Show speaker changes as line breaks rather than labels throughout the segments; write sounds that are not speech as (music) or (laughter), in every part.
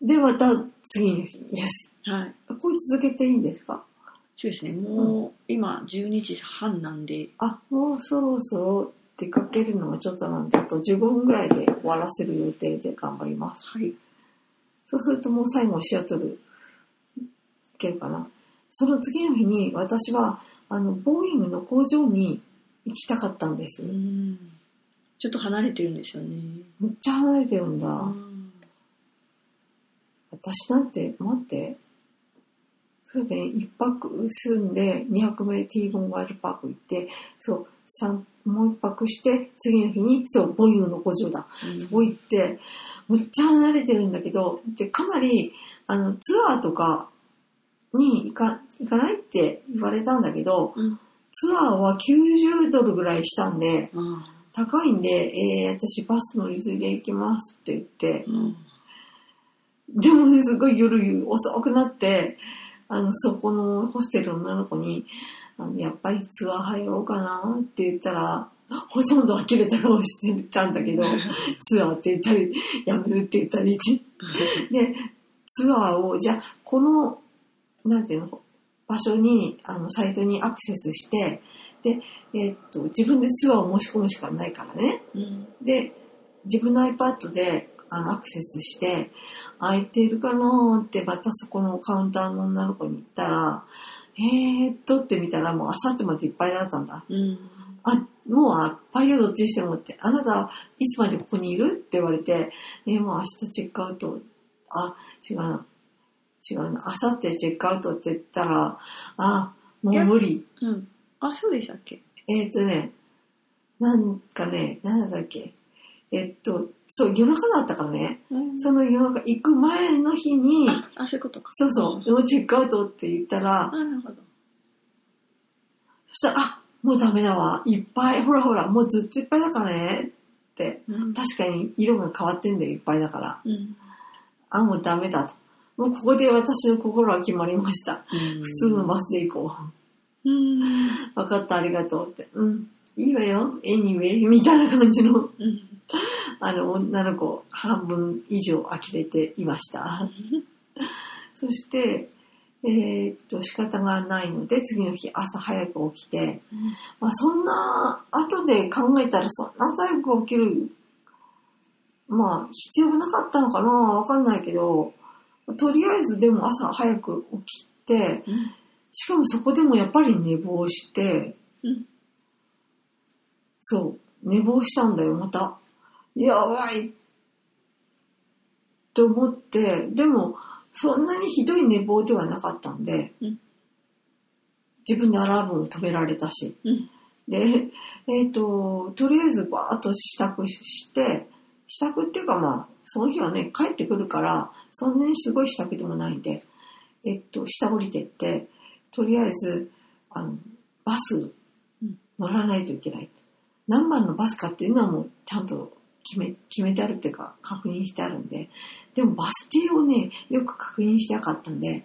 で、また次の日です。
はい。
これ続けていいんですか
そうですね。もう、今、12時半なんで、
あ、もうそろそろ出かけるのはちょっとなんで、あと15分ぐらいで終わらせる予定で頑張ります。
はい。
そうするともう最後シアトル行けるかな。その次の日に私は、あの、ボーイングの工場に行きたかったんです。
うん。ちょっと離れてるんですよね。
めっちゃ離れてるんだ。
うん
私なんて、待って。それで一泊住んで2泊目 T ボンワイルドパーク行って、そう、三もう一泊して、次の日に、そう、ボーイングの工場だ。そこ行って、むっちゃ離れてるんだけど、で、かなり、あの、ツアーとかに行か、行かないって言われたんだけど、
うん
ツアーは90ドルぐらいしたんで、
あ
高いんで、えー、私バス乗り継いで行きますって言って
ー、うん
でもね、すごい夜遅くなって、あの、そこのホステルの女の子に、あの、やっぱりツアー入ろうかなって言ったら、ほとんど呆れた顔してたんだけど、ツアーって言ったり、やめるって言ったりで、ツアーを、じゃあ、この、なんていうの、場所に、あの、サイトにアクセスして、で、えーっと、自分でツアーを申し込むしかないからね。
うん
で、自分の iPad で、あの、アクセスして、空いているかなーって、またそこのカウンターの女の子に行ったら、えーっとって見たら、もう明後日までいっぱいだったんだ。
うん。
あ、もうあっぱいよ、どっちにしてもって。あなた、いつまでここにいるって言われて、え、もう明日チェックアウト。あ、違うな。違うな。明後日チェックアウトって言ったら、あ、もう無理。
うん。あ、そうでしたっけ
えーっ、とね、なんかね、なんだっけ。えっと、そう、夜中だったからね。
うん
その夜中行く前の日に、
あ、あそういうことか。
そうそう、でもチェックアウトって言ったら
あ、、なるほど。
そしたら、あ、もうダメだわ。いっぱい、ほらほら、もうずっといっぱいだからね。って。
うん。
確かに色が変わってんだよ、いっぱいだから。
うん
あ、もうダメだと。もうここで私の心は決まりました。普通のバスで行こ
うん。
う。分かった、ありがとうって。うん。いいわよ、anyway, みたいな感じの、
うん。
あの、女の子、半分以上呆れていました。 (laughs) そして、えーっと、仕方がないので、次の日朝早く起きて、まあ、そんな、後で考えたら、そんな早く起きる、まあ、必要なかったのかなわかんないけど、とりあえずでも朝早く起きて、
うん
しかもそこでもやっぱり寝坊して、
うん
そう、寝坊したんだよ、また。やばいと思って、でも、そんなにひどい寝坊ではなかったんで、
うん
自分でアラームを止められたし、
うん。
で、えっ、と、とりあえずバーッと支度して、支度っていうかまあ、その日はね、帰ってくるから、そんなにすごい支度でもないんで、えっ、と、下降りてって、とりあえず、あの、バス
うん
乗らないといけない。何番のバスかっていうのはもうちゃんと決め、決めてあるっていうか、確認してあるんで、でもバス停をね、よく確認してなかったんで、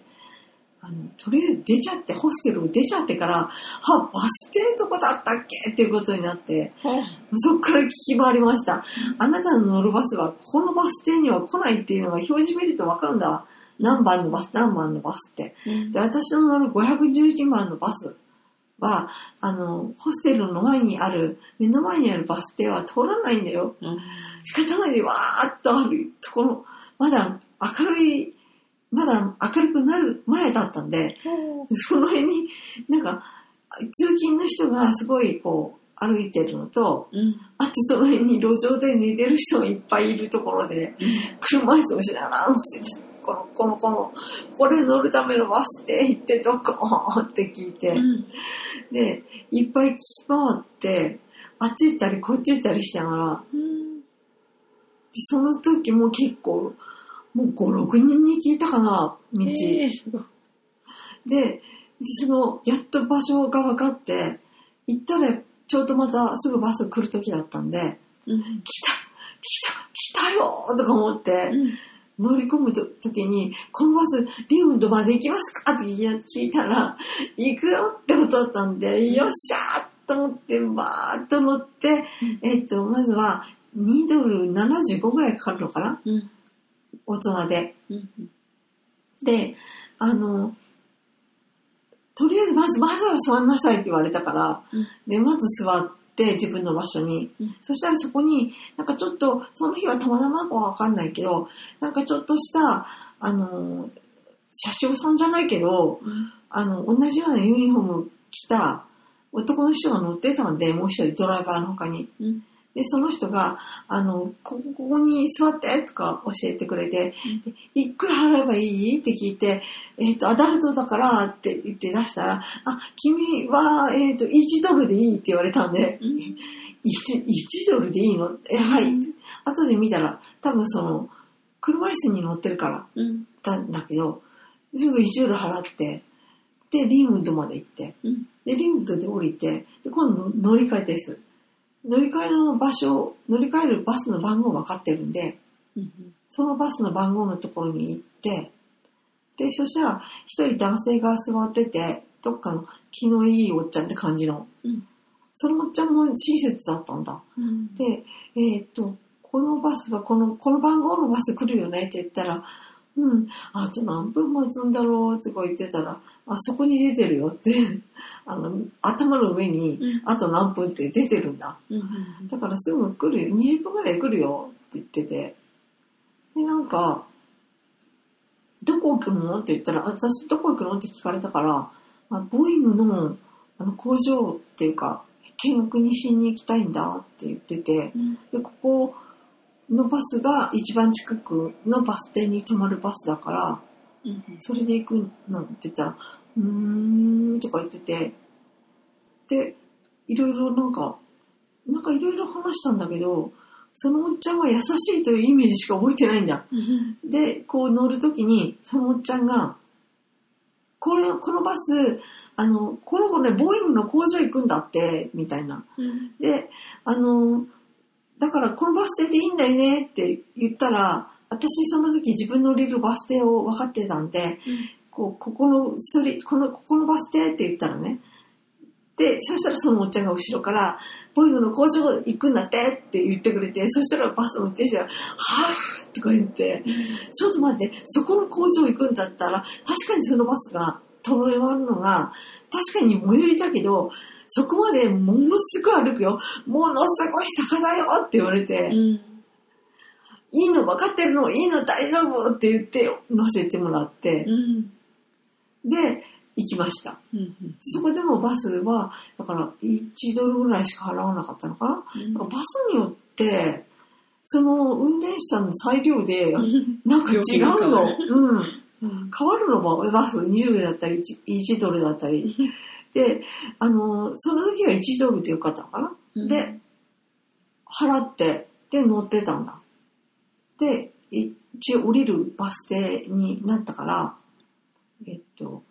あの、とりあえず出ちゃって、ホステルを出ちゃってから、は、バス停どこだったっけっていうことになって、そこから聞き回りました。あなたの乗るバスは、このバス停には来ないっていうのが表示見るとわかるんだわ。何番のバス、何番のバスって。
うん
で、私の乗る511番のバスは、あの、ホステルの前にある、目の前にあるバス停は通らないんだよ。
うん
仕方ないでわーっとあるところ、まだ明るい、まだ明るくなる前だったんで、その辺になんか通勤の人がすごいこう歩いてるのと、
うん。
あとその辺に路上で寝てる人がいっぱいいるところで、車椅子をしながら、この、この、この、これ乗るためのバス停行ってどこって聞いて、
うん。
で、いっぱい聞き回って、あっち行ったりこっち行ったりしながら、
うん。
で、その時も結構、もう5、6人に聞いたかな、道。
えーすごい。
で、でその、やっと場所が分かって、行ったら、ちょうどまたすぐバス来る時だったんで、来た
うん。
来た来たよーとか思って、
うん
乗り込むと時に、このバス、リウンドまで行きますかって聞いたら、行くよってことだったんで、よっしゃーと思って、バーっと乗って、えっと、まずは、2ドル75ぐらいかかるのかな
うん。
同大人で。
うんうん
で、あの、とりあえずまず、まずは座んなさいって言われたから、
うん
で、まず座って自分の場所に。
うん
そしたらそこに、なんかちょっと、その日はたまたまかわかんないけど、なんかちょっとした、あの、車掌さんじゃないけど、あの、同じようなユニフォーム着た男の人が乗ってたんで、もう一人ドライバーの他に。
うん
で、その人が、あの、ここ、ここに座ってとか教えてくれて、でいくら払えばいいって聞いて、えっ、と、アダルトだからって言って出したら、あ、君は、えっ、と、1ドルでいいって言われたんで、
う
1,
ん
ドルでいいのえ、はい。後で見たら、多分その、車椅子に乗ってるから、
う
っ
ん
たんだけど、すぐ1ドル払って、で、リンウッドまで行って、
うん
で、リンウッドで降りて、で、今度乗り換えです。乗り換えの場所、乗り換えるバスの番号分かってるんで、
うん
そのバスの番号のところに行って、で、そしたら、一人男性が座ってて、どっかの気のいいおっちゃんって感じの。
うん
そのおっちゃんも親切だったんだ。
うん
で、えーっと、このバスはこの、この番号のバス来るよねって言ったら、うん、あと何分待つんだろうってこう言ってたら、あそこに出てるよって、 (laughs) あの、頭の上に、
うん
あと何分って出てるんだ。
うん
だからすぐ来るよ、20分ぐらい来るよって言ってて。で、なんか、どこ行くのって言ったら、あ私どこ行くのって聞かれたから、あボーイングのあの工場っていうか、見学にしに行きたいんだって言ってて、
うん
で、ここのバスが一番近くのバス停に止まるバスだから、
うん
それで行くのって言ったら、うーん、とか言ってて、で、いろいろなんか、なんかいろいろ話したんだけど、そのおっちゃんは優しいというイメージしか覚えてないんだ。
うん
で、こう乗るときに、そのおっちゃんが、これ、このバス、あの、この子ね、ボーイングの工場行くんだって、みたいな。
うん
で、あの、だからこのバス停でいいんだよねって言ったら、私その時自分の降りるバス停を分かってたんで、こう、ここの、それ、この、ここのバス停って言ったらね。で、そしたらそのおっちゃんが後ろから、ボイングの工場行くんだってって言ってくれて、そしたらバスの運転手が、はぁとか言って、ちょっと待って、そこの工場行くんだったら、確かにそのバスが、とろわるのが、確かに最寄りだけど、そこまでものすごい歩くよ。ものすごい坂だよって言われて、
うん
いいの分かってるの、いいの大丈夫って言って乗せてもらって、
うん
で、行きました。
うん
そこでもバスは、だから1ドルぐらいしか払わなかったのかな。だからバスによって、その運転手さんの裁量で、なんか違うの。うん。変わるのも、バス2ドルだったり1、1ドルだった
(laughs)
り。で、あの、その時は1ドルでよかったのかな。
うん
で、払って、で、乗ってたんだ。で、一応降りるバス停になったから、えっと、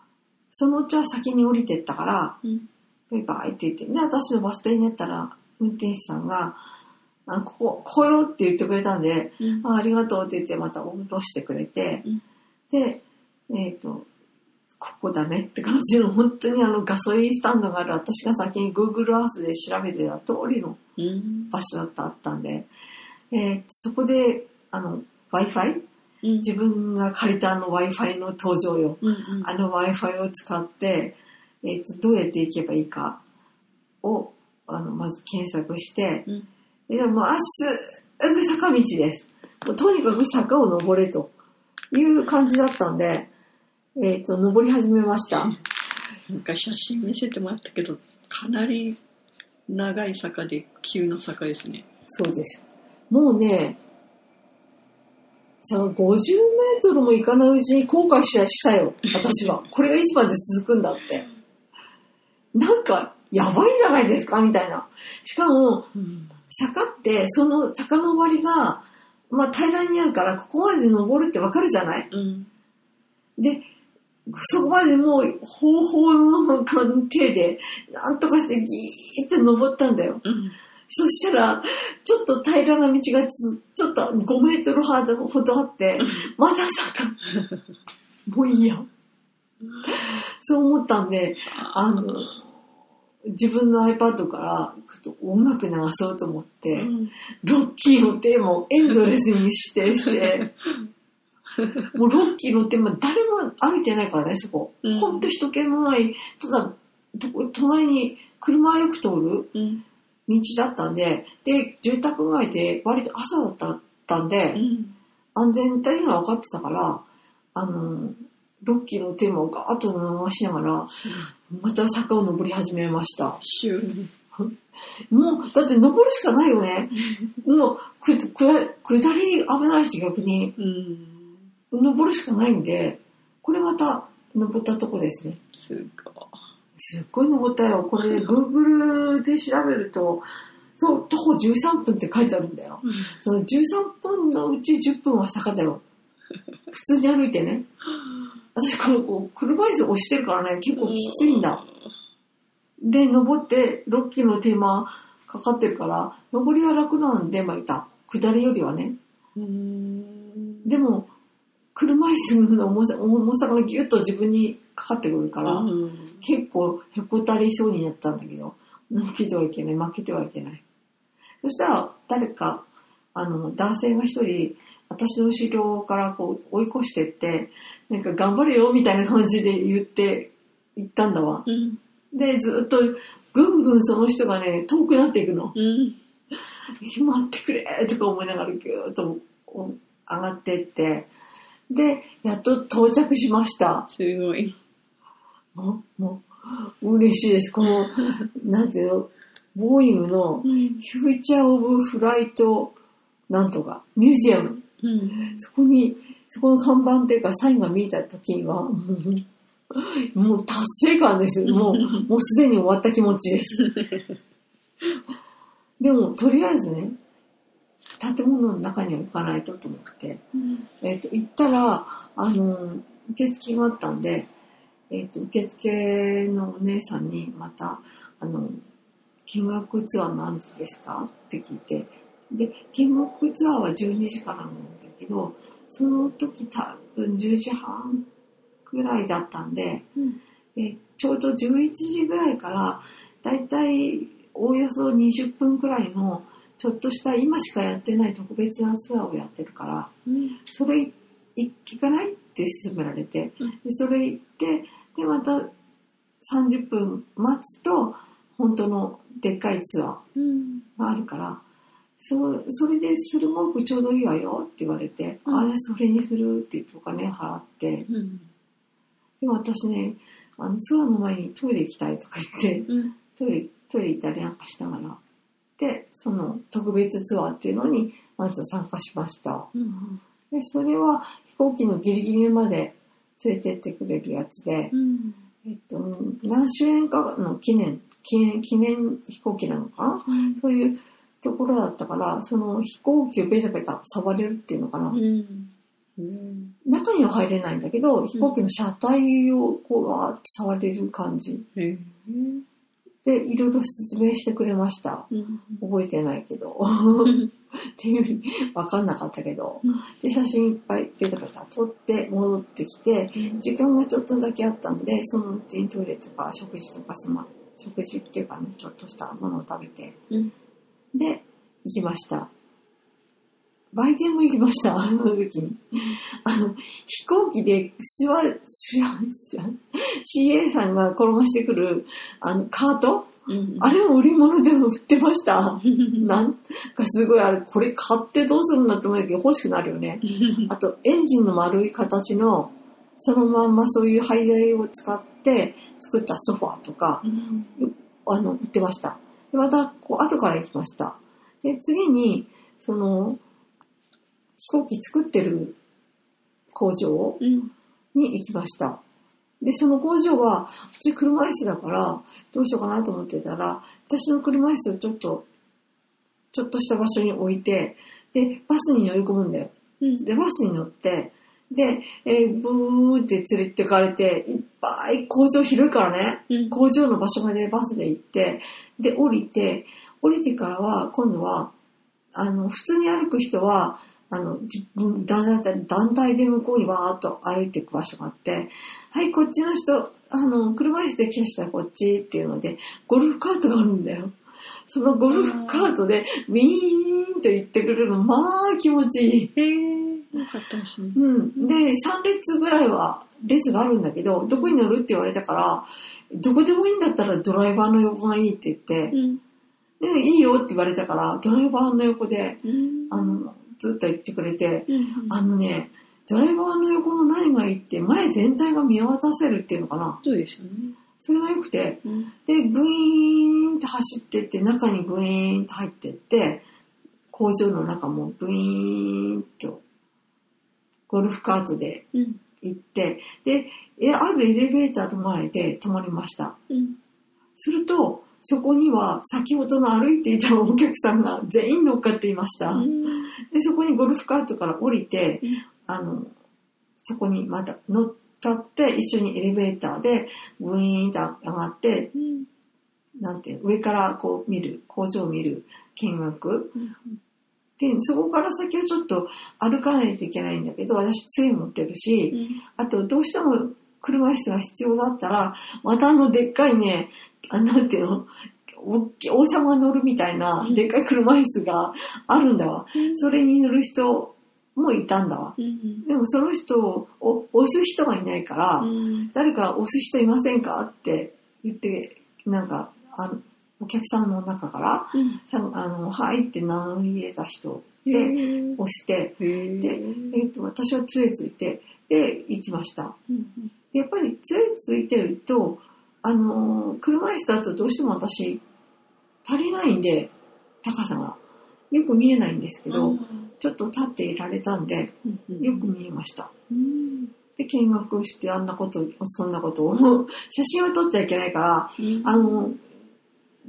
そのうちは先に降りてったから、
うん
バイバイって言って、で、私のバス停になったら、運転手さんが、あここ、ここよって言ってくれたんで、
うん
あありがとうって言って、また降ろしてくれて、
うん
で、えっと、ここだねって感じの、本当にあのガソリンスタンドがある、私が先に Google Earth で調べてた通りの
うん
場所だったあったんで、えーそこで、あの、Wi-Fi?
うん
自分が借りたあの Wi-Fi の登場よ。
うんうん
あの Wi-Fi を使って、えっ、と、どうやって行けばいいかを、あの、まず検索して、
うん
えでも、あすぐ坂道です。もうとにかく坂を登れという感じだったんで、えっ、と、登り始めました。
なんか写真見せてもらったけどかなり長い坂で急な坂ですね
そうです。もうね、さあ、50メートルも行かないうちに後悔したしたよ、私は。これがいつまで続くんだって。なんか、やばいんじゃないですかみたいな。しかも、
うん
坂って、その坂の終わりが、まあ平らにあるから、ここまで登るってわかるじゃない
うん
で、そこまでもう、方法の手で、なんとかしてギーって登ったんだよ。
うん
そしたら、ちょっと平らな道がつ、ちょっと5メートルほどあって、また坂。もういいや。そう思ったんで、あの、自分の iPad からちょっと音楽流そうと思って、
うん
ロッキーのテーマをエンドレスに指定して、もう6キロって、まあ、誰も歩いてないからね、そこ。
うん
ほんと人気のない、ただ、と隣に車よく通る
うん
道だったんで、で、住宅街で割と朝だったんで、
うん
安全帯が分かってたから、あの、6キロのテーマをガーッと流しながら、また坂を登り始めました。
週に
もう、だって登るしかないよね。もう、く、くだ、下り危ないし逆に、
うん
登るしかないんで、これまた登ったとこですね。
すごい
すっごい登ったよ。これ、Google で調べると、そう、徒歩13分って書いてあるんだよ。その13分のうち10分は坂だよ。普通に歩いてね。私、このこう、車椅子押してるからね、結構きついんだ。で、登って、6キロの手間かかってるから、登りは楽なんで、まあ、いた。下りよりはね。
うん
でも、車椅子の重さ重さがギュッと自分にかかってくるから、
うん
結構へこたりそうになったんだけど、負けてはいけない、負けてはいけない。そしたら、誰か、あの、男性が一人、私の後ろからこう追い越してって、なんか頑張れよみたいな感じで言って、行ったんだわ。
うん
で、ずっと、ぐんぐんその人がね、遠くなっていくの。
うん
待ってくれとか思いながらぎゅーっと上がってって、で、やっと到着しました。
すごい
もう、もう、嬉しいです。この、なんていうの、ボーイングの、
うん
フューチャー・オブ・フライト、なんとか、ミュージアム。
うん
そこに、そこの看板っていうか、サインが見えた時には、 (laughs) もうもう達成感です。もう、もうすでに終わった気持ちです。でも、とりあえずね、建物の中には行かないとと思って、えっ、と、行ったら、あの、受付があったんで、えっ、と、受付のお姉さんにまた、あの、見学ツアー何時ですかって聞いて、で、見学ツアーは12時からなんだけど、その時多分10時半くらいだったんで、
うん
えちょうど11時ぐらいから、だいたいおおよそ20分くらいの、ちょっとした今しかやってない特別なツアーをやってるから、
うん
それい行かないって勧められて、
うん
でそれ行ってでまた30分待つと本当のでっかいツア
うん
ーがあるからそそれですごくちょうどいいわよって言われて、
うん
あれそれにするって言ってお金払って
うん
でも私ねあのツアーの前にトイレ行きたいとか言って (laughs)
うん
トイレトイレ行ったりなんかしながらでその特別ツアーっていうのにまず参加しました。
うん
で、それは飛行機のギリギリまで連れてってくれるやつで、
うん
えっと、うん何周年かの記念、記念、記念飛行機なのかなそういうところだったから、その飛行機をベタベタ触れるっていうのかな、
うんうん
中には入れないんだけど、飛行機の車体をこう、わーって触れる感じ。
へえ
で、いろいろ説明してくれました。
うん
覚えてないけど。
うん
っていうふうに分かんなかったけど
うん、
で、写真いっぱいベタベタ撮って戻ってきて、時間がちょっとだけあったんで、そのうちにトイレとか食事とかすま、食事っていうかね、ちょっとしたものを食べて、
うん
で、行きました。売店も行きました、あの時に。あの、飛行機で、シワ、シワ、シワ、CA さんが転がしてくる、あの、カート
うん
あれも売り物で売ってました。
うん
なんかすごい、あれ、これ買ってどうするんだって思うんだけど、欲しくなるよね。あと、エンジンの丸い形の、そのまんまそういう廃材を使って作ったソファーとか、あの、売ってました。で、また、こう、後から行きました。で、次に、その、飛行機作ってる工場
うん
に行きました。で、その工場は、私車椅子だから、どうしようかなと思ってたら、私の車椅子をちょっと、ちょっとした場所に置いて、で、バスに乗り込むんだよ。
うん
で、バスに乗って、で、えーブーって連れてかれて、いっぱい工場広いからね、
うん
工場の場所までバスで行って、で、降りて、降りてからは、今度は、あの、普通に歩く人は、あの、自分、団体、団体で向こうにわーっと歩いていく場所があって、はい、こっちの人、あの、車椅子で来たらこっちっていうので、ゴルフカートがあるんだよ。そのゴルフカートで、ウィーンと行ってくれるの、まあ気持ちいい。
へえよかったですね。
うん。で、3列ぐらいは列があるんだけど、どこに乗るって言われたから、どこでもいいんだったらドライバーの横がいいって言って
う、ん。
でいいよって言われたから、ドライバーの横で、
うん。
あの、ずっと行ってくれて、
うん、
あのね、ドライバーの横の何がいいって、前全体が見渡せるっていうのかな。
そうですよね。
それが良くて、
うん。
で、ブイーンって走ってって、中にブイーンって入ってって、工場の中もブイーンと、ゴルフカートで
うん。
行って、で、えあるエレベーターの前で止まりました。
うん。
すると、そこには先ほどの歩いていたお客さんが全員乗っかっていました。
うん。
で、そこにゴルフカートから降りて
うん、
あの、そこにまた乗っかって、一緒にエレベーターで、ブイーンと上がって、
うん。
なんていうの上からこう見る、工場を見る見学。
うん。
で、そこから先はちょっと歩かないといけないんだけど、私杖持ってるし、あと、どうしても車椅子が必要だったら、またあの、でっかいね、あなんていうの、おっき王様が乗るみたいな
う、ん
でっかい車椅子があるんだわ。
うん。
それに乗る人もいたんだわ。
うん。
でも、その人をお押す人がいないから、
うん。
誰か押す人いませんかって言って、なんか、あのお客さんの中から、
うん。
さあの、はいって名乗り出た人を
へ
で
ー
押して、
へー
でえっ、と、私は杖ついて、で、行きました。
うん
でやっぱり杖ついてると、あのー車椅子だとどうしても私、足りないんで、高さが。よく見えないんですけど、ちょっと立っていられたんで、
うん
よく見えました。
うん
で、見学してあんなこと、そんなことを、写真は撮っちゃいけないから、
うん
あのー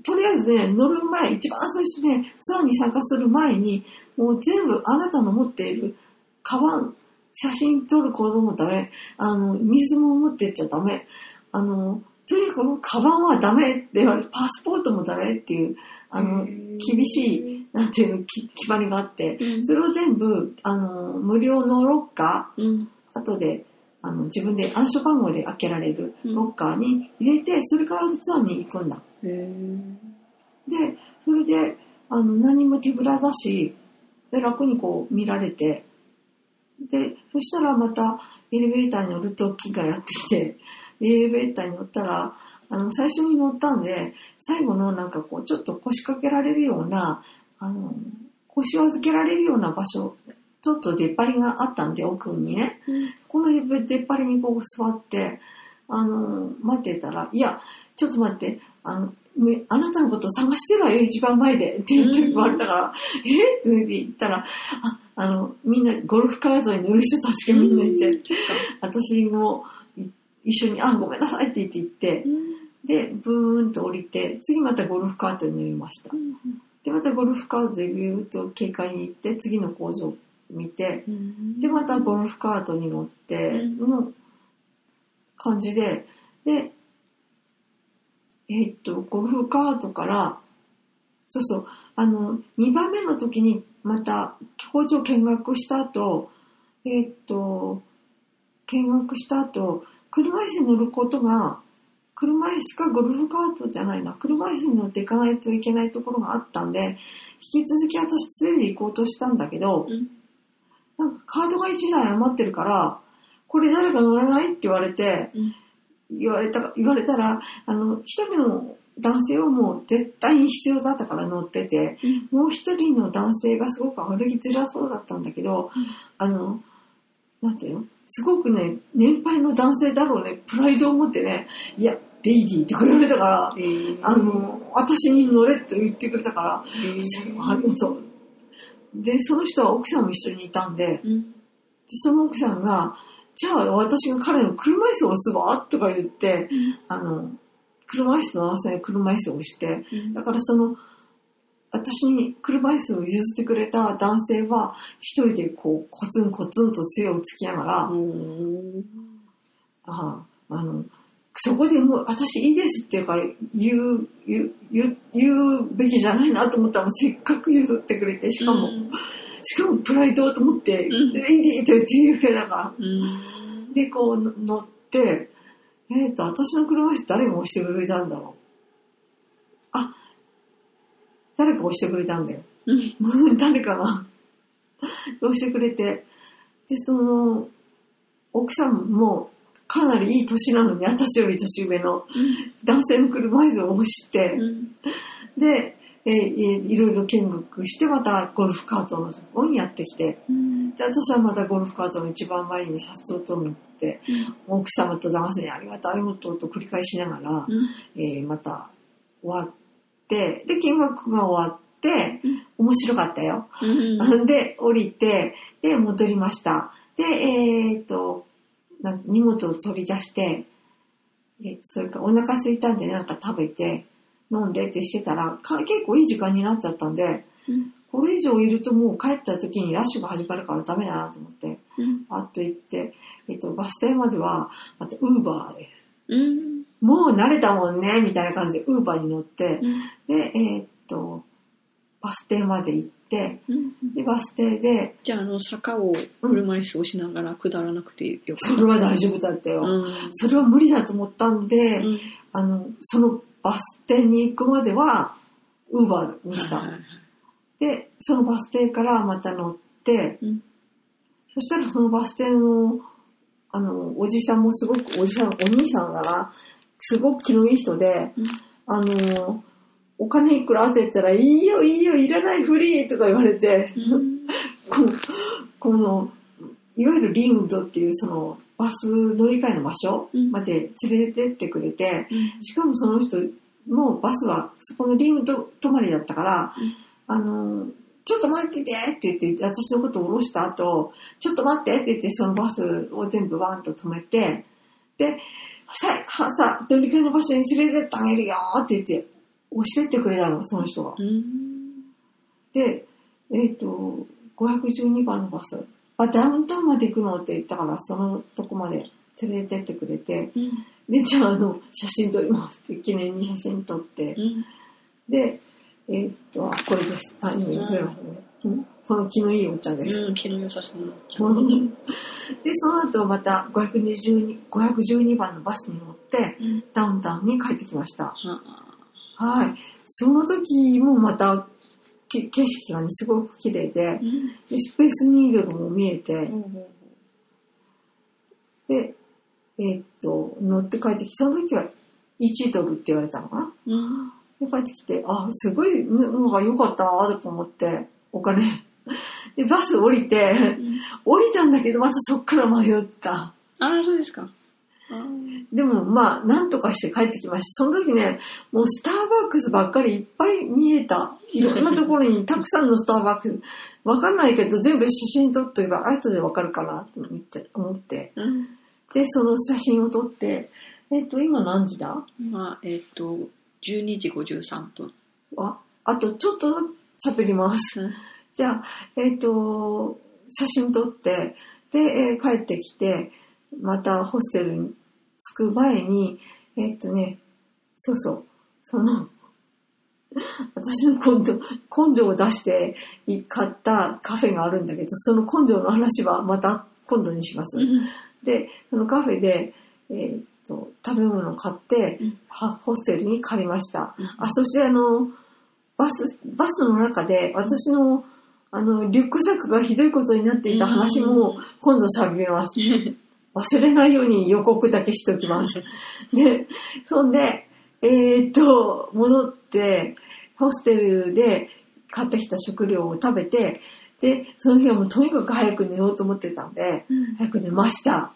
とりあえずね、乗る前、一番最初ね、ツアーに参加する前に、もう全部あなたの持っている、カバン、写真撮る行動もダメ、あの、水も持ってっちゃダメ、あの、とにかくカバンはダメって言われて、パスポートもダメっていう、あの、厳しい、なんていうの、き決まりがあって、
うん
それを全部、あの、無料のロッカ
うん
ー、後で、あの、自分で暗証番号で開けられるロッカーに入れて、それからツアーに行くんだ。
へー
で、それで、あの、何も手ぶらだし、で、楽にこう見られて、で、そしたらまたエレベーターに乗ると木がやってきて、でエレベーターに乗ったら、あの、最初に乗ったんで、最後のなんかこう、ちょっと腰掛けられるような、あの、腰を預けられるような場所、ちょっと出っ張りがあったんで、奥にね。この出っ張りにこう座って、あのー待ってたら、いや、ちょっと待って、あの、ねあなたのこと探してるわよ、一番前で。って言って
うん
言われたから、えって言ったら、あ、あの、みんな、ゴルフカートに乗る人たちがみんないて、
そっか
私もい一緒に、あ、ごめんなさいって言って行って、で、ブーンと降りて、次またゴルフカートに乗りました
う。ん
で、またゴルフカートでビューッと警戒に行って、次の工場見て、
うん
で、またゴルフカートに乗って
うん
の感じで、で、えーっと、ゴルフカートから、そうそう、あの、2番目の時にまた工場見学した後、えーっと、見学した後、車椅子に乗ることが、車椅子かゴルフカートじゃないな、車椅子に乗っていかないといけないところがあったんで、引き続き私杖で行こうとしたんだけど、
うん
なんかカードが1台余ってるから、これ誰か乗らないって言われて、
うん
言われた、言われたら、あの、一人の男性はもう絶対に必要だったから乗ってて、
うん
もう一人の男性がすごく歩きづらそうだったんだけど、
うん
あの、なんていうのすごくね、年配の男性だろうね、プライドを持ってね、いや、レイディーとか言われたから、
へー
あの、私に乗れって言ってくれたから、
へー
じゃあありがとう。で、その人は奥さんも一緒にいたんで、
うん
でその奥さんが、じゃあ私が彼の車椅子を押すわとか言って、あの、車椅子の男性が車椅子を押して、
うん
だからその、私に車椅子を譲ってくれた男性は、一人でこう、コツンコツンと杖をつきながら、
うん
あああの、そこでもう、私いいですっていうか、言う、言う、言う言うべきじゃないなと思ったら、せっかく譲ってくれて、しかも、しかもプライドと思って、
うん
レイディーと言って言うくれだから、
うん
で、こうの乗って、えっ、と、私の車椅子誰が押してくれたんだろう。あ、 (laughs) 誰か押してくれたんだよ。
うん
誰かが押してくれて、で、その、奥さんもかなりいい年なのに、私より年上の男性の車椅子を押して、
うん
で、えーいいろいろ見学して、またゴルフカートのところにやってきて、
うん
で、私はまたゴルフカートの一番前に札を取って、奥様と男性にありがとう、ありがとうと繰り返しながら、えーまた終わって、で、見学が終わって
うん、
面白かったよ。
うん
で、降りて、で、戻りました。で、えーっと、な荷物を取り出して、えそれからお腹空いたんでなんか食べて、飲んでってしてたら、か結構いい時間になっちゃったんで、
うん
これ以上いるともう帰った時にラッシュが始まるからダメだなと思って、
うん
あっと行って、えっと、バス停までは、またウーバーで、
うん
もう慣れたもんね、みたいな感じでウーバーに乗って、で、えーっと、バス停まで行って、
うん
で、バス停で、
じゃあ、あの、坂を車椅子をしながら下らなくてよか
そ
った。
れは大丈夫だったよ。
うん
それは無理だと思ったんで、
うん
あの、そのバス停に行くまでは、ウーバーにし
はい
た。
はいはい
で、そのバス停からまた乗って、
うん
そしたらそのバス停の、あの、おじさんもすごく、おじさん、お兄さんだな、すごく気のいい人で、
うん
あの、お金いくらって言ったら、いいよ、いいよ、いらない、フリーとか言われて、
うん
この、この、いわゆるリングドっていうそのバス乗り換えの場所
うん
まで連れてってくれて、しかもその人もバスはそこのリングド止まりだったから、
うん
あの、ちょっと待っててって言って、私のことを降ろした後、ちょっと待ってって言って、そのバスを全部ワンと止めて、で、さ、はさ、乗り換えの場所に連れてってあげるよって言って、押してってくれたの、その人が。
うん
で、えっ、と、512番のバス。あ、ダウンタウンまで行くのって言ったから、そのとこまで連れてってくれて、
うん
で、じゃあ、あの、写真撮りますって、記念に写真撮って、
うん
で、えっ、と、あ、これです。あ、いいね、
うん
グラフうんこの気のいいおっちゃんです。 (laughs)
うん気の良さそうになっちゃう。
うんで、その後また512、512番のバスに乗って、
うん
ダウンタウンに帰ってきました。
は
はい。その時もまた、け景色がね、すごく綺麗で、
あうん
でスペースニードルも見えて、
ほうほ
で、えーっと、乗って帰ってきて、その時は1ドルって言われたのかな
ううん
で、帰ってきて、あ、すごい、なんか良かった、と思って、お金。 (laughs) で、バス降りて、 (laughs) 降りたんだけど、またそっから迷った。
ああ、そうですか。あー
でも、まあ、なんとかして帰ってきました。その時ね、もうスターバックスばっかりいっぱい見えた。いろんなところにたくさんのスターバックス。わかんないけど、全部写真撮っとけば、後でわかるかな、と思って、思って。
うん
で、その写真を撮って、えっ、と、今何時だ
まあ、えっと、12時53分。
あ、あとちょっと喋ります。 (laughs)
うん
じゃあ、えっ、と、写真撮って、で、えー帰ってきて、またホステルに着く前に、えっ、とね、そうそう、その、 (laughs) 私の根性根性を出して買ったカフェがあるんだけど、その根性の話はまた今度にします。で、そのカフェで、えーっと、食べ物を買って、
うん
はホステルに借りました。
うん
あ、そしてあの、バス、バスの中で、私の、あの、リュックサックがひどいことになっていた話も、今度喋り
(laughs)
ます。忘れないように予告だけしておきます。で、そんで、えーっと、戻って、ホステルで買ってきた食料を食べて、で、その日はもうとにかく早く寝ようと思ってたんで、
うん
早く寝ました。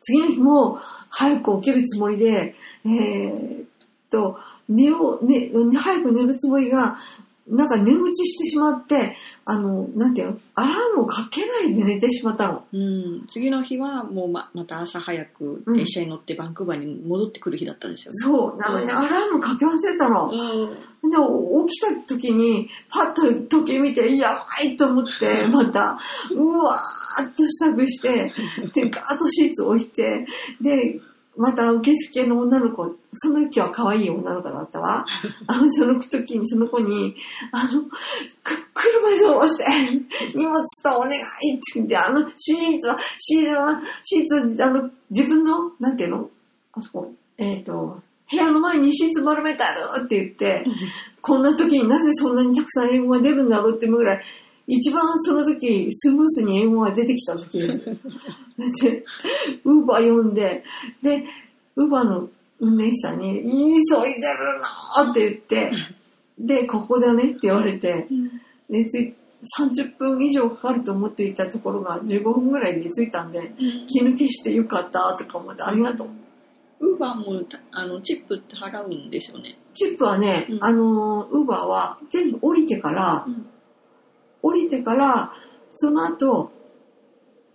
次の日も早く起きるつもりで、えーっと、寝を、ね、早く寝るつもりが、なんか寝落ちしてしまって、あの、なんていうの、アラームをかけないで寝てしまったの。
うん、次の日はもうままた朝早く列車に乗ってバンクーバーに戻ってくる日だったんですよね。
そう、なのにアラームかけ忘れたの。
うん
で、お起きた時に、パッと時計見て、やばいと思って、また、うわーっと支度して、で、ガーッとシーツ置いて、で、また受付の女の子、その時は可愛い女の子だったわ。あの、その時に、その子に、あの、く車椅子を下ろして、荷物とお願いって言って、あの、シーツは、シーツは、シーツ、あの、自分の、なんていうのあそこ、えっ、と、部屋の前にシーツ丸めてあるって言って、こんな時になぜそんなにたくさん英語が出るんだろうっていうぐらい、一番その時、スムースに英語が出てきた時です。で、ウーバー呼んで、で、ウーバーの運転手さんに、急いでるなーって言って、で、ここだねって言われて、寝つい30分以上かかると思っていたところが15分ぐらいで寝ついたんで、気抜けしてよかったとか思って、ありがとう。
ウーバーもあのチップって払うんですよね。
チップはね、
うん
あの、ウーバーは全部降りてから、降りてから、その後、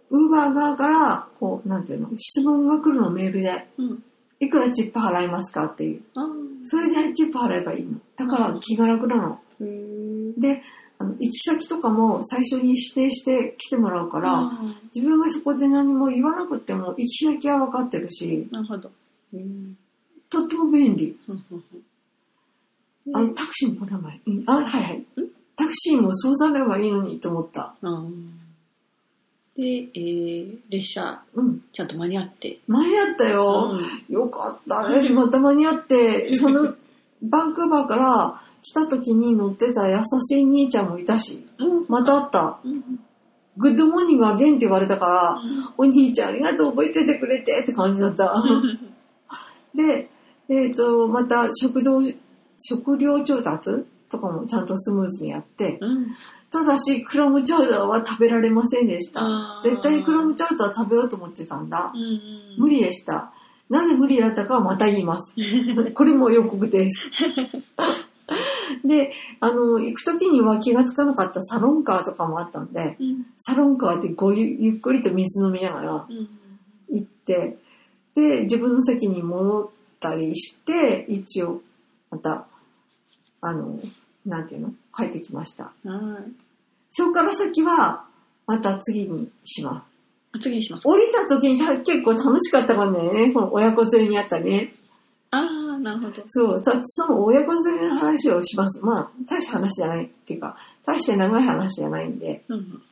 ウーバー側から、こう、なんていうの、質問が来るのメールで、
うん
いくらチップ払いますかっていう。
あ
それでチップ払えばいいの。だから気が楽なの。
ーへえ。
で、あの、行き先とかも最初に指定して来てもらうから、
あ
自分がそこで何も言わなくても行き先は分かってるし、
ーなるほど。うん
とっても便利。
ふんふんふん
あの、タクシーも来ればいい。うんあ、はいはい。タクシーもそうされればいいのにと思った。
あーで、えー列車
うん。
ちゃんと間に合って。
間に合ったよ。
うん
よかったです。また間に合 (laughs) って、その、バンクーバーから来た時に乗ってた優しい兄ちゃんもいたし、また会った。
うん
グッドモーニングアゲンって言われたから、
う
お兄ちゃんありがとう、覚えててくれてって感じだ (laughs) った。
ん
で、えっ、と、また食堂、食料調達とかもちゃんとスムーズにやって、
うん
ただし、クラムチャウダーは食べられませんでした。
あー
絶対にクラムチャウダー食べようと思ってたんだ。
うんうん
無理でした。なぜ無理だったかはまた言い
(laughs)
ます。これも予告です。で、あの、行くときには気がつかなかったサロンカーとかもあったんで、
うん
サロンカーでごゆゆっくりと水飲みながら
うん
行って、で、自分の席に戻ったりして、一応、また、あの、なんていうの帰ってきました。
はい
そこから先は、また次にします。
あ次にします。
降りた時にた結構楽しかったからね、この親子連れにあったね。
ああ、なるほど。
そう、たその親子連れの話をします。まあ、大した話じゃないっていうか、大して長い話じゃないんで。
うん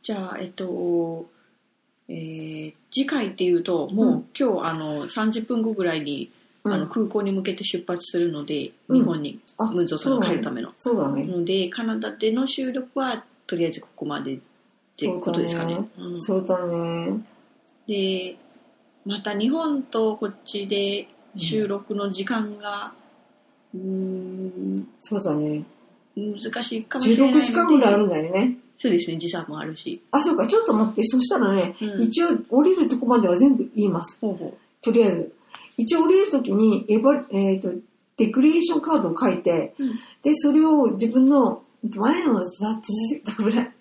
じゃあ、えっと、えー次回っていうと、もう、
うん
今日、あの、30分後ぐらいに、
うん
あの空港に向けて出発するので、
うん
日本に、
あ
ムンゾーさんが帰るための。
そうだね。
ので、カナダでの収録は、とりあえずここまでっていうことですかね。うん
そうだね。
で、また日本とこっちで収録の時間が、うーん、
そうだね。
難しいかもしれないの
16
で。
時間ぐらいあるんだよね。
そうですね、時差もあるし。
あ、そうか、ちょっと待って、そしたらね、
うん
一応降りるとこまでは全部言います。
ほうほ
とりあえず。一応降りるときに、エバ、えっ、と、デクリエーションカードを書いて、
う。うん
で、それを自分の前の、だって、だから、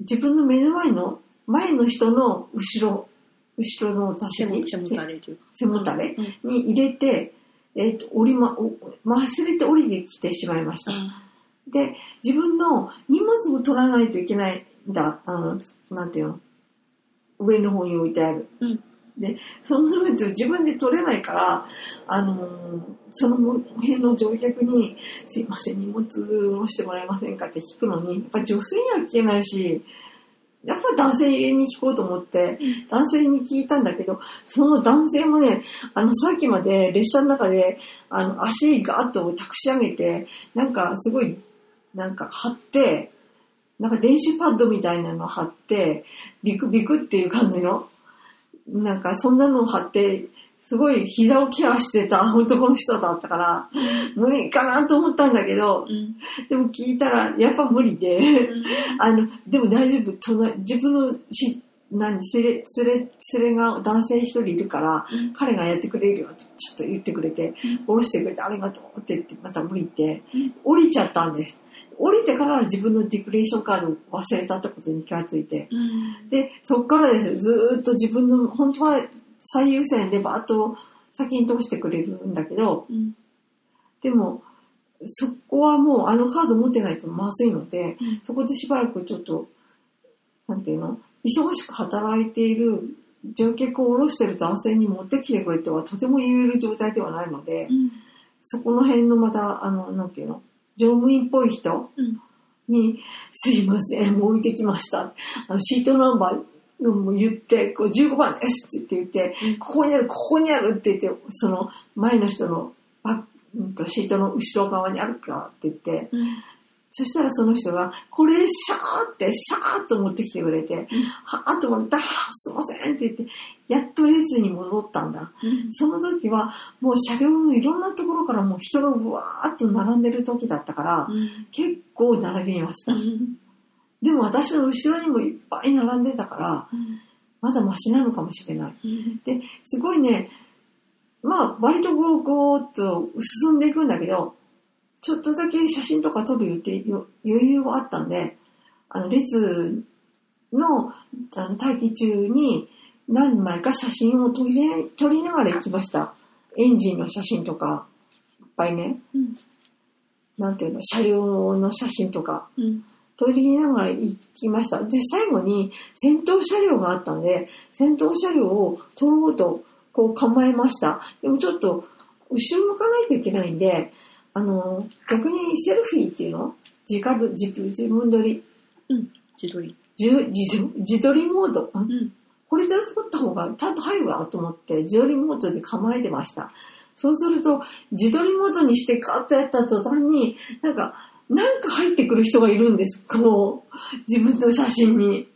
自分の目の前の、前の人の後ろ、後ろの座
背も
席、
背もたれというか。
背もたれ
うん
に入れて、えっ、と、降りま、お忘れて降りてきてしまいました。で、自分の荷物を取らないといけないんだ、あの、なんていうの、上の方に置いてある。
うん
で、その荷物を自分で取れないから、あのーその辺の乗客に、すいません、荷物下ろしてもらえませんかって聞くのに、やっぱ女性には聞けないし、やっぱ男性に聞こうと思って、男性に聞いたんだけど、その男性もね、あの、さっきまで列車の中で、あの、足ガーッと託し上げて、なんかすごい、なんか貼って、なんか電子パッドみたいなの貼って、ビクビクっていう感じの、なんかそんなのを貼って、すごい膝をケアしてた男の人だったから、無理かなと思ったんだけど
う、ん
でも聞いたら、やっぱ無理で、あの、でも大丈夫、隣自分のし、何、連れ、連れ、連れが男性一人いるから、
うん
彼がやってくれるよってちょっと言ってくれて、降ろしてくれてありがとうって言って、また無理言って
うん、
降りちゃったんです。降りてから自分のディクレーションカードを忘れたってことに気がついて。
うん
で、そっからですね、ずーっと自分の、本当は最優先でバーッと先に通してくれるんだけど、
うん
でも、そこはもうあのカード持ってないとまずいので、そこでしばらくちょっと、なんていうの、忙しく働いている乗客を降ろしている男性に持ってきてくれとはとても言える状態ではないので、そこの辺のまた、あの、なんていうの、乗務員っぽい人
うん
に、すいません、もう置いてきました。あの、シートナンバーを言って、こう15番ですって言って言
う
って、
ん
ここにある、ここにあるって言って、その前の人のバック、うんとシートの後ろ側にあるからって言って、そしたらその人が、これシャーってさーっと持ってきてくれて、はーっともらった、あすいませんって言って、やっと列に戻ったんだ。その時は、もう車両のいろんなところからもう人がうわーっと並んでる時だったから、結構並びました。でも私の後ろにもいっぱい並んでたから、まだマシなのかもしれない。ですごいね、まあ割とこう、こうっと進んでいくんだけど、ちょっとだけ写真とか撮る余定余裕はあったんで、あの列のあの待機中に何枚か写真を撮り撮りながら行きました。エンジンの写真とか、いっぱいね、なんていうの、車両の写真とか。取り入れながら行きました。で、最後に先頭車両があったので、先頭車両を取ろうとこう構えました。でもちょっと後ろ向かないといけないんで、あの、逆にセルフィーっていうの自家ど自自分撮り
自撮り。
自自自撮りモード。ん
ん
これで撮った方がちゃんと入るわと思って、自撮りモードで構えてました。そうすると、自撮りモードにしてカッとやった途端に、なんか、なんか入ってくる人がいるんです。こう、自分の写真に。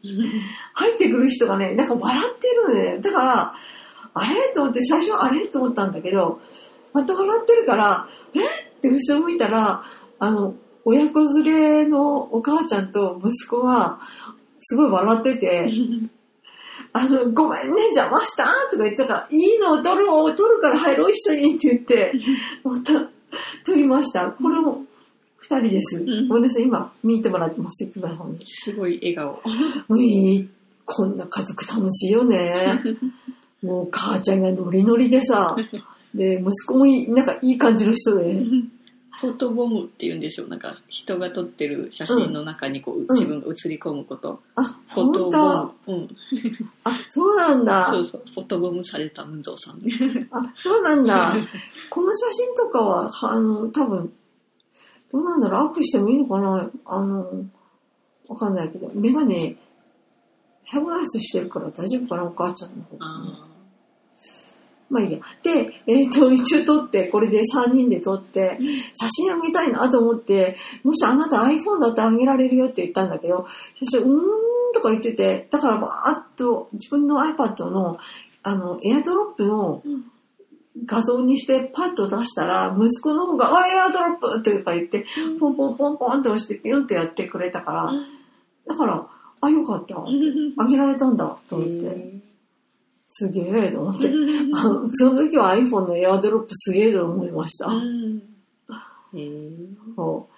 入ってくる人がね、なんか笑ってるのね。だから、あれと思って、最初はあれと思ったんだけど、また笑ってるから、えって後ろ向いたら、あの、親子連れのお母ちゃんと息子が、すごい笑ってて、あの、ごめんね、邪魔したとか言ってたから、いいの、撮ろう、撮るから入ろう、一緒にって言って、また、撮りました。これも、二人です。
ん
ごめんなさい、今、見てもらってます、木村さんに。
すごい笑顔。
ういこんな家族楽しいよ
(laughs)
ね。もう母ちゃんがノリノリでさ、で、息子もいいなんかいい感じの人で、
フォトボムって言うんですよ。なんか人が撮ってる写真の中にこう、自分が写り込むこと。
あ、
フォト
本当
ボム。うん。
あ、そうなんだ
そ。うそう。フォトボムされた文蔵さんね。
あ、そうなんだ。この写真とかは、はあの、多分、どうなんだろう、アップしてもいいのかなあの、わかんないけど、メガネ、サングラスしてるから大丈夫かなお母ちゃんの方。
(laughs) あ
まあいいや。で、えっ、と、一応撮って、これで3人で撮って、写真あげたいなと思って、もしあなた iPhone だったらあげられるよって言ったんだけど、そして、うーんとか言ってて、だからばーっと自分の iPad の、あの、エアドロップの
うん
画像にしてパッと出したら、息子の方が、あ、エアドロップってか言って、
ー
ポンポンポンポンって押してピュンってやってくれたから、だから、あ、よかった。あげられたんだと思って、すげえと思って。あの (laughs) その時は iPhone のエアドロップすげえと思いました。
うんへー
そ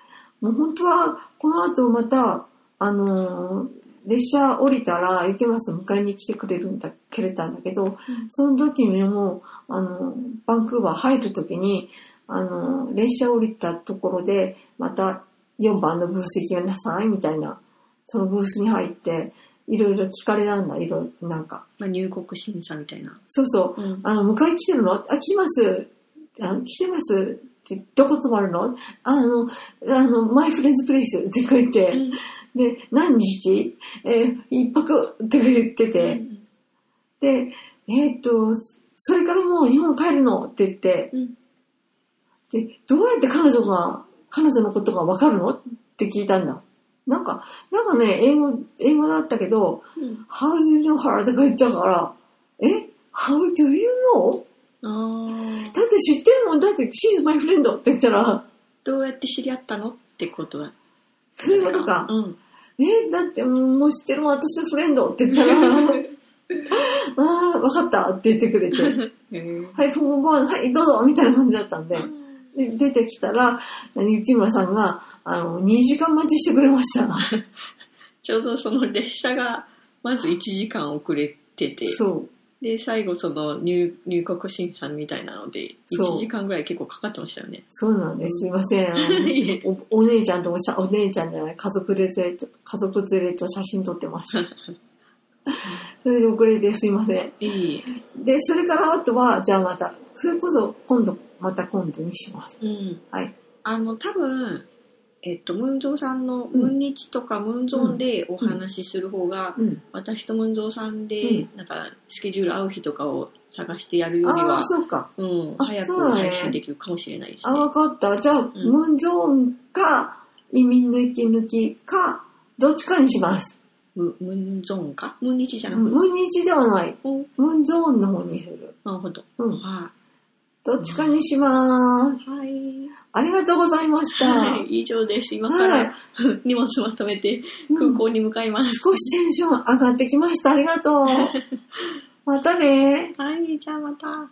うもう本当はこの後また、あのー列車降りたら雪村さん迎えに来てくれるんだくれたんだけど、その時にもうあのバンクーバー入る時にあの列車降りたところでまた4番のブース行きなさいみたいなそのブースに入っていろいろ聞かれたんだいろいろなんか
まあ、入国審査みたいな。
そうそうあの、迎え来てるのあ、来てます。あの来てます。って、どこ泊まるのあの、あの、マイフレンズプレイスって書いて、で、何日えー一泊って言って
う
て、
ん
で、えーっと、そそれからもう日本帰るのって言って、
うん
で、どうやって彼女が、彼女のことがわかるのって聞いたんだ。なんか、なんかね、英語、英語だったけど、How do you know her? とか言ったから、え ?How do you know?
あー
だって知ってるもん、だって She's my friend って言ったら、
どうやって知り合ったのってことだ。
(laughs) そういうことか。
うん。
えだってもう知ってるもん、私のフレンドって言った (laughs) ら、ああ、わかったって言ってくれて、 (laughs) は
へー
い、フォンボン、はい、どうぞみたいな感じだったんで。
うん
で出てきたら、雪村さんが、あの、2時間待ちしてくれました。
ちょうどその列車が、まず1時間遅れてて、
そう。
で、最後その入入国審査みたいなので、
そう
1時間ぐらい結構かかってましたよね。
そうなんです。すいません。
(laughs) いえ
おお姉ちゃんとおしゃお姉ちゃんじゃない、家族連れと、家族連れと写真撮ってま (laughs) した。それで遅れてすいません。
いい。
で、それからあとは、じゃあまた、それこそ今度、また今度にします。
うん。
はい。
あの、多分、えっと、ムンゾーさんの、
うん
ムンニチとかムンゾンでお話しする方が、
うん。
私とムンゾーさんで、
う
なんか、スケジュール合う日とかを探してやるより
あ
は
あ、、そうか。
うん、
あ
早
そう
く
だね
配信できるかもしれないです
あ、
ね
わ。かった。じゃあ、
ん
ムンゾーンか、移民の息抜きか、どっちかにします。
ムムンゾーンかムン日じゃなくて、
ムン日ではない。
お
ムンゾーンの方にする。
なるほど。
うん。
は
どっちかにします。
い。はい。
ありがとうございました。
はい、以上です。今から、
はい
(laughs) 荷物まとめて
う
空
ん
港に向かいます。
少しテ
(laughs)
ンション上がってきました。ありがとう。またね
はい、じゃあまた。